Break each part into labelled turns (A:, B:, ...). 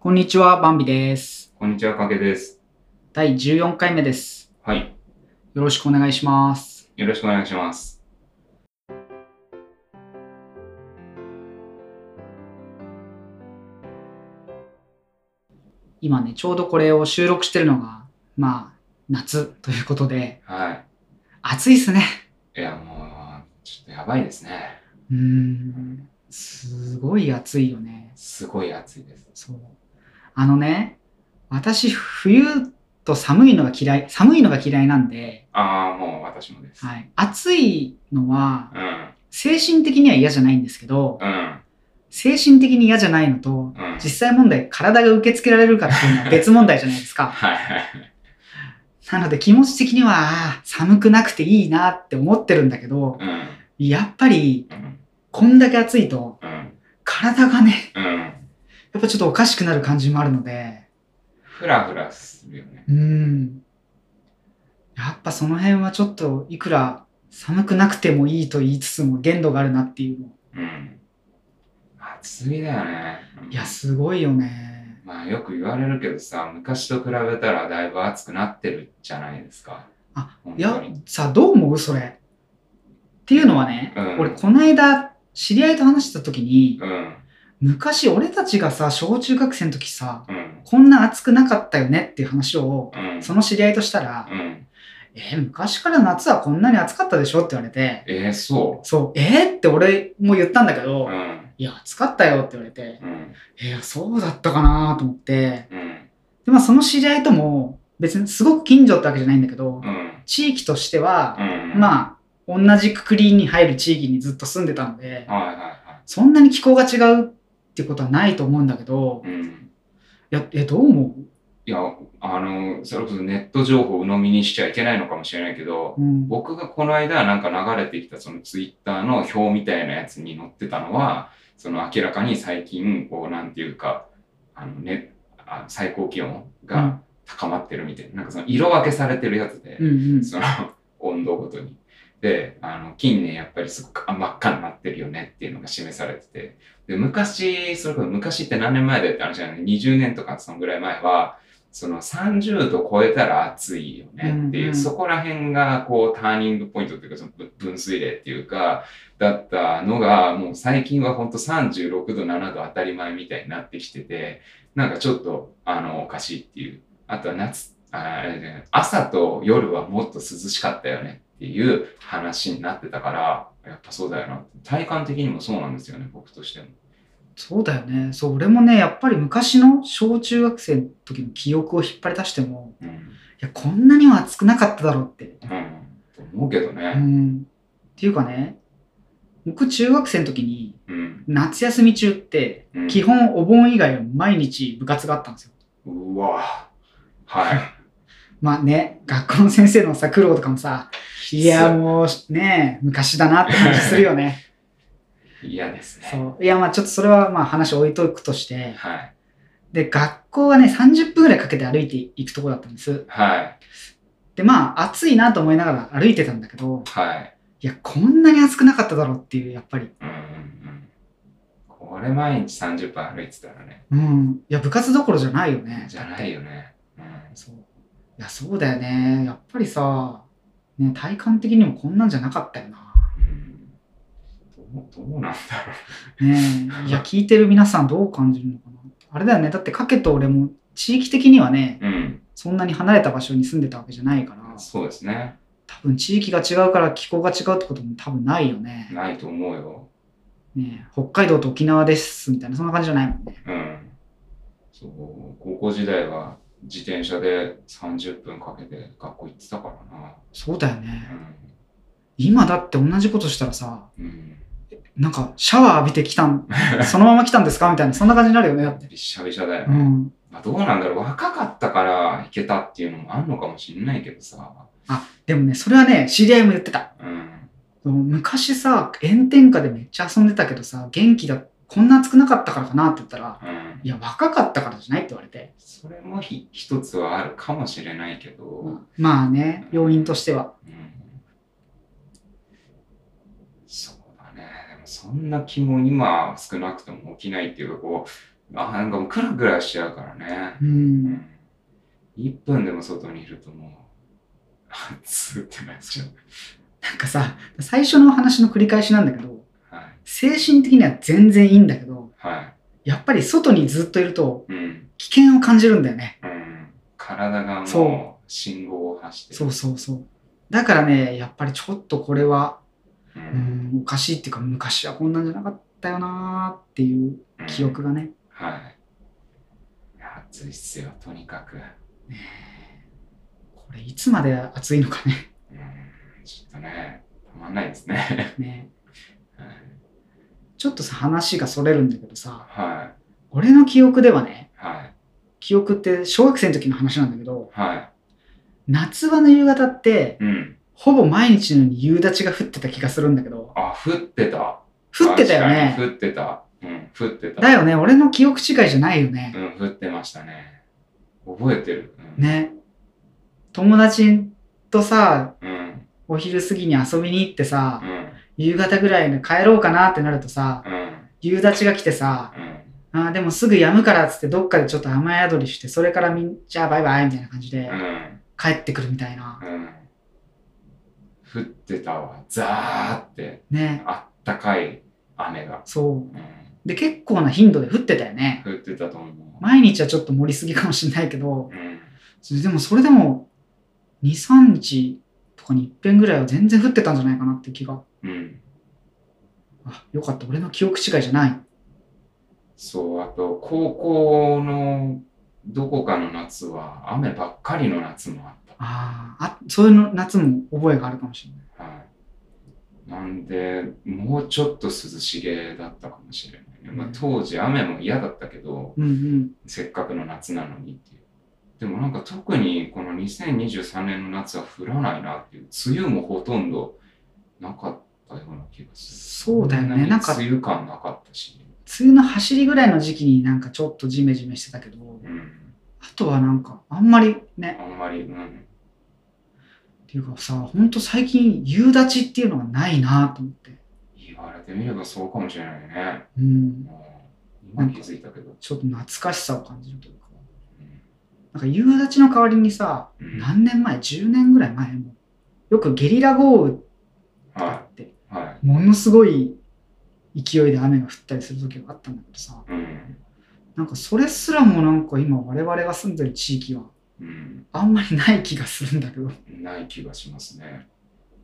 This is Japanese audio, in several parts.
A: こんにちは、バンビです。
B: こんにちは、かけです。
A: 第14回目です。
B: はい。
A: よろしくお願いします。
B: よろしくお願いします。
A: 今ね、ちょうどこれを収録してるのが、まあ、夏ということで、
B: は
A: 暑いっすね。
B: い。いや、もう、ちょっとやばいですね。
A: うーん、すごい暑いよね。
B: すごい暑いです。
A: そう。あのね、私、冬と寒いのが嫌い、寒いのが嫌いなんで、
B: ああ、もう私もです。
A: はい、暑いのは、
B: うん、
A: 精神的には嫌じゃないんですけど、
B: うん、
A: 精神的に嫌じゃないのと、
B: うん。
A: 実際問題、体が受け付けられるかっていうのは別問題じゃないですか。
B: はいはい。
A: なので気持ち的には、あー寒くなくていいなって思ってるんだけど、
B: うん、
A: やっぱり、
B: うん、
A: こんだけ暑いと、
B: うん、
A: 体がね、
B: うん。
A: やっぱちょっとおかしくなる感じもあるので、
B: ふらふらするよね。
A: うーん。やっぱその辺はちょっと、いくら寒くなくてもいいと言いつつも限度があるなっていうの。
B: うん。暑いだよね。うん
A: いや、すごいよね。
B: まあよく言われるけどさ、昔と比べたらだいぶ暑くなってるじゃないですか。
A: あ、
B: 本
A: い
B: 当
A: や
B: に。、
A: さ、どう思うそれ。っていうのはね、
B: うん
A: 俺、この間、知り合いと話した時に、
B: うん、
A: 昔、俺たちがさ、小中学生の時さ、
B: うん、
A: こんな暑くなかったよねっていう話を、
B: うん。
A: その知り合いとしたら、
B: うん。
A: えー昔から夏はこんなに暑かったでしょって言われて、
B: えー、そ
A: そう、えー、って俺も言ったんだけど、
B: う。うん、
A: いや、暑かったよって言われて、
B: うん、
A: いや、そうだったかなと思って、
B: うん、
A: で、まあ、その知り合いとも、別にすごく近所ってわけじゃないんだけど、
B: うん。
A: 地域としては、
B: うん
A: まあ、同じくくりに入る地域にずっと住んでたので、
B: はいはい
A: そんなに気候が違うってことはないと思うんだけど、
B: はい。うん。
A: いや、え、どう思
B: いや、あの、それこそネット情報を鵜呑みにしちゃいけないのかもしれないけど、
A: う、うん、
B: 僕がこの間なんか流れてきたそのツイッターの表みたいなやつに載ってたのは、その明らかに最近、こう、なんていうか、あのね、あ最高気温が高まってるみたいな、なんかその色分けされてるやつで
A: う、んうん。
B: その温度ごとに。で、あの、近年やっぱりすごくあ真っ赤になってるよねっていうのが示されてて。で、昔、それこそ昔って何年前だよって話じゃない ?20 年とかそのぐらい前は、その30度超えたら暑いよねっていう、
A: うんうん
B: そこら辺がこうターニングポイントっていうか、そのぶ分水嶺っていうか、だったのが、もう最近はほんと36度、7度当たり前みたいになってきてて、なんかちょっと、あの、おかしいっていう。あとは夏、ああれだよね朝と夜はもっと涼しかったよねっていう話になってたから、やっぱそうだよな。体感的にもそうなんですよね、僕としても。
A: そうだよね。そう、俺もね、やっぱり昔の小中学生の時の記憶を引っ張り出しても、
B: うん。
A: いや、こんなには暑くなかっただろうって。
B: うん。と思うけど
A: う
B: ね。
A: ん。っていうかね、僕中学生の時に、
B: うん。
A: 夏休み中って、
B: うん
A: 基本お盆以外は毎日部活があったんですよ。
B: うわはい。
A: まあね、学校の先生のさ、苦労とかもさ、いや、もうね、昔だなって感じするよね。
B: 嫌ですね。
A: そう。いや、まあちょっとそれはまあ話置いとくとして、
B: はい。
A: で、学校はね、30分ぐらいかけて歩いていくとこだったんです。
B: はい。
A: で、まあ暑いなと思いながら歩いてたんだけど、
B: はい。
A: いや、こんなに暑くなかっただろうっていう、やっぱり。
B: うんうんうん。これ毎日30分歩いてたらね。
A: うん。いや、部活どころじゃないよね。
B: じゃないよね。うん。
A: そう。いや、そうだよね。やっぱりさ、ね、体感的にもこんなんじゃなかったよな。
B: うんどうどうなんだろ
A: ねえ。いや、聞いてる皆さんどう感じるのかな。あれだよね。だって、かけと俺も地域的にはね、
B: う。うん。
A: そんなに離れた場所に住んでたわけじゃないから、
B: そうですね。
A: 多分地域が違うから気候が違うってことも多分ないよね。
B: ないと思うよ。
A: ねえ北海道と沖縄ですみたいな、そんな感じじゃないもんね。
B: うん。そう、高校時代は自転車で30分かけて学校行ってたからな。
A: そうだよね。今だって同じことしたらさ、
B: うん。うん。
A: なんかシャワー浴びてきたん、 そのまま来たんですかみたいな、そんな感じになるよね、だって。
B: びっしゃびしゃだよ
A: う
B: ね。
A: ん。
B: まあどうなんだろう。若かったから行けたっていうのもあんのかもしれないけどさ。
A: でもね、それはね、知り合いも言ってた。
B: うん。
A: 昔さ、炎天下でめっちゃ遊んでたけどさ、元気だ、こんな暑くなかったからかなって言ったら、
B: うん。
A: いや、若かったからじゃないって言われて。
B: それもひ一つはあるかもしれないけど。
A: まあね、要因としては。
B: うんそうだね。でもそんな気も今は少なくとも起きないっていうか、こう、あなんかもうクラクラしちゃうからね。
A: う。
B: うんん1分でも外にいるともう、暑ってなっちゃう。
A: なんかさ、最初の話の繰り返しなんだけど、
B: はい。
A: 精神的には全然いいんだけど、
B: はい。
A: やっぱり外にずっといると
B: うん。
A: 危険を感じるんだよね。
B: うん。体がも
A: そう
B: 信号を発してる。
A: そうそうそう。だからね、やっぱりちょっとこれは、
B: う。
A: うんん、おかしいっていうか、昔はこんなんじゃなかったよなーっていう
B: うん
A: 記憶がね。
B: はい。いや、暑いっすよ、とにかく。
A: これいつまで暑いのかね。
B: うん、ちょっとね、たまんないですね。
A: ね
B: はい
A: ちょっとさ、話がそれるんだけどさ、
B: はい。
A: 俺の記憶ではね、
B: はい。
A: 記憶って小学生の時の話なんだけど、
B: は
A: 夏場の夕方って、
B: い。うん。
A: ほぼ毎日のように夕立が降ってた気がするんだけど、
B: あ、降ってた。
A: 降ってたよ
B: 確
A: ね
B: か。に降ってた。うん、降ってた。
A: だよね、俺の記憶違いじゃないよね。
B: うん、降ってましたね。覚えてる。うん、。
A: ね。友達とさ、
B: うん、
A: お昼過ぎに遊びに行ってさ
B: う、ん、
A: 夕方ぐらいに帰ろうかなってなるとさ、
B: うん、
A: 夕立が来てさ、
B: うん、
A: あーでもすぐやむからっつってどっかでちょっと雨宿りして、それからみん、じゃあバイバイみたいな感じで
B: うん、
A: 帰ってくるみたいな。
B: うん。降ってたわ。ザーって。
A: ね。
B: あったかい雨が。
A: そうう。で、結構な頻度で降ってたよね。
B: ん、降ってたと思う。
A: 毎日はちょっと盛りすぎかもしれないけど、
B: うん、
A: それでもそれでも2、3日とかに一遍ぐらいは全然降ってたんじゃないかなって気が。
B: うん。
A: あ、よかった。俺の記憶違いじゃない。
B: そう、あと、高校のどこかの夏は、雨ばっかりの夏もあった。
A: あーあ、そういうの夏も覚えがあるかもしれない。
B: はい。なんで、もうちょっと涼しげだったかもしれないね。まあ
A: うん
B: 当時雨も嫌だったけど、
A: うんうん。
B: せっかくの夏なのにっていう。でもなんか特にこの2023年の夏は降らないなっていう、梅雨もほとんどなかったような気がする。
A: そうだよね
B: そんなに
A: なんか
B: 梅雨感なかったし。
A: 梅雨の走りぐらいの時期になんかちょっとジメジメしてたけど、
B: うん。
A: あとはなんかあんまりね、
B: あんまり、うん。
A: っていうかさ、ほんと最近夕立ちっていうのがないなと思って。
B: 言われてみればそうかもしれないね。
A: うん。
B: うん今気づいたけど。
A: ちょっと懐かしさを感じるというか。
B: うん
A: なんか夕立ちの代わりにさ、
B: うん
A: 何年前 ?10 年ぐらい前も。よくゲリラ豪雨とかあ
B: は
A: って、
B: い。は
A: ものすごい勢いで雨が降ったりする時があったんだけどさ、
B: い。うん。
A: なんかそれすらもなんか今我々が住んでる地域は
B: うん。
A: あんまりない気がするんだけど。
B: ない気がしますね。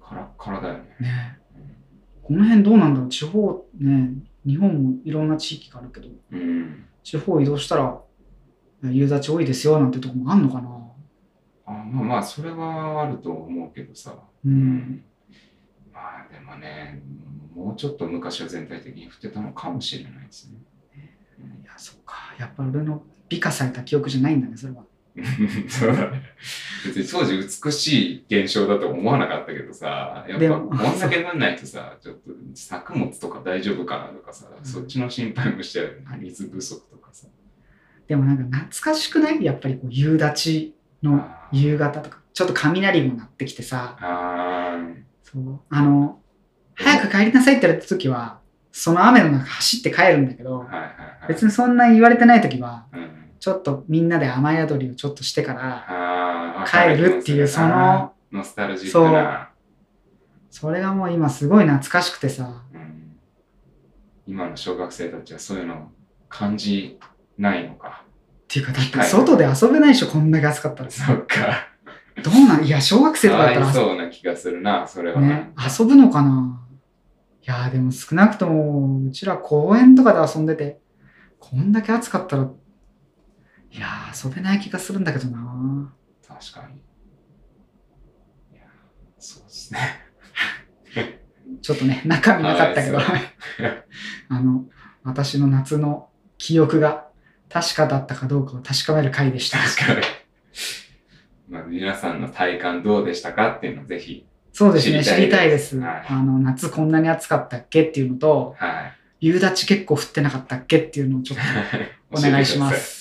B: カラッカラだよね。
A: ねこの辺どうなんだろう地方ね、日本もいろんな地域があるけど、
B: うん。
A: 地方移動したら夕立ち多いですよなんてとこもあんのかな
B: あまあまあ、それはあると思うけどさ。
A: うん
B: まあでもね、もうちょっと昔は全体的に降ってたのかもしれないですね。
A: いや、そうか。やっぱ俺の美化された記憶じゃないんだね、それは。
B: うんそうだね。別に当時美しい現象だと思わなかったけどさ、やっ
A: で
B: ぱ
A: も
B: こんだけ降んないとさ、 ちょっと作物とか大丈夫かなとかさ、
A: うん
B: そっちの心配もしちゃうよね。水不足とかさ。
A: でもなんか懐かしくないやっぱりこう夕立ちの
B: あー
A: 夕方とか、ちょっと雷も鳴ってきてさ、
B: あー、
A: そう、あの、早く帰りなさいって言われた時は、その雨の中走って帰るんだけど
B: はい、はいはい。
A: 別にそんな言われてない時は、
B: うん
A: ちょっとみんなで雨宿りをちょっとしてから
B: あー
A: 帰るっていう、そ、
B: わか
A: の、
B: るノスタルジックな、
A: それがもう今すごい懐かしくてさ、
B: うん今の小学生たちはそういうの感じないのか。
A: っていうかだって外で遊べないでしょ、こんだけ暑かったらさ。
B: そっか。
A: どうなんいや、小学生
B: か
A: とかだ
B: わ
A: ったら
B: い
A: 遊
B: そうな気がするな、それは。
A: ね、遊ぶのかないやーでも少なくともうちら公園とかで遊んでてこんだけ暑かったらいやー遊べない気がするんだけどな
B: 確かに。いやそうですね。
A: ちょっとね中身なかったけど
B: かわ
A: あの私の夏の記憶が確かだったかどうかを確かめる回でした
B: 確かに。まあ、皆さんの体感どうでしたかっていうのをぜひ。
A: そうですね知
B: 知り
A: り
B: た
A: た
B: い
A: い
B: で
A: ですす、
B: はい
A: あの夏こんなに暑かったっけっていうのと
B: はい。
A: 夕立結構降ってなかったっけっていうのをちょっとお願いしま
B: 教えてください。
A: す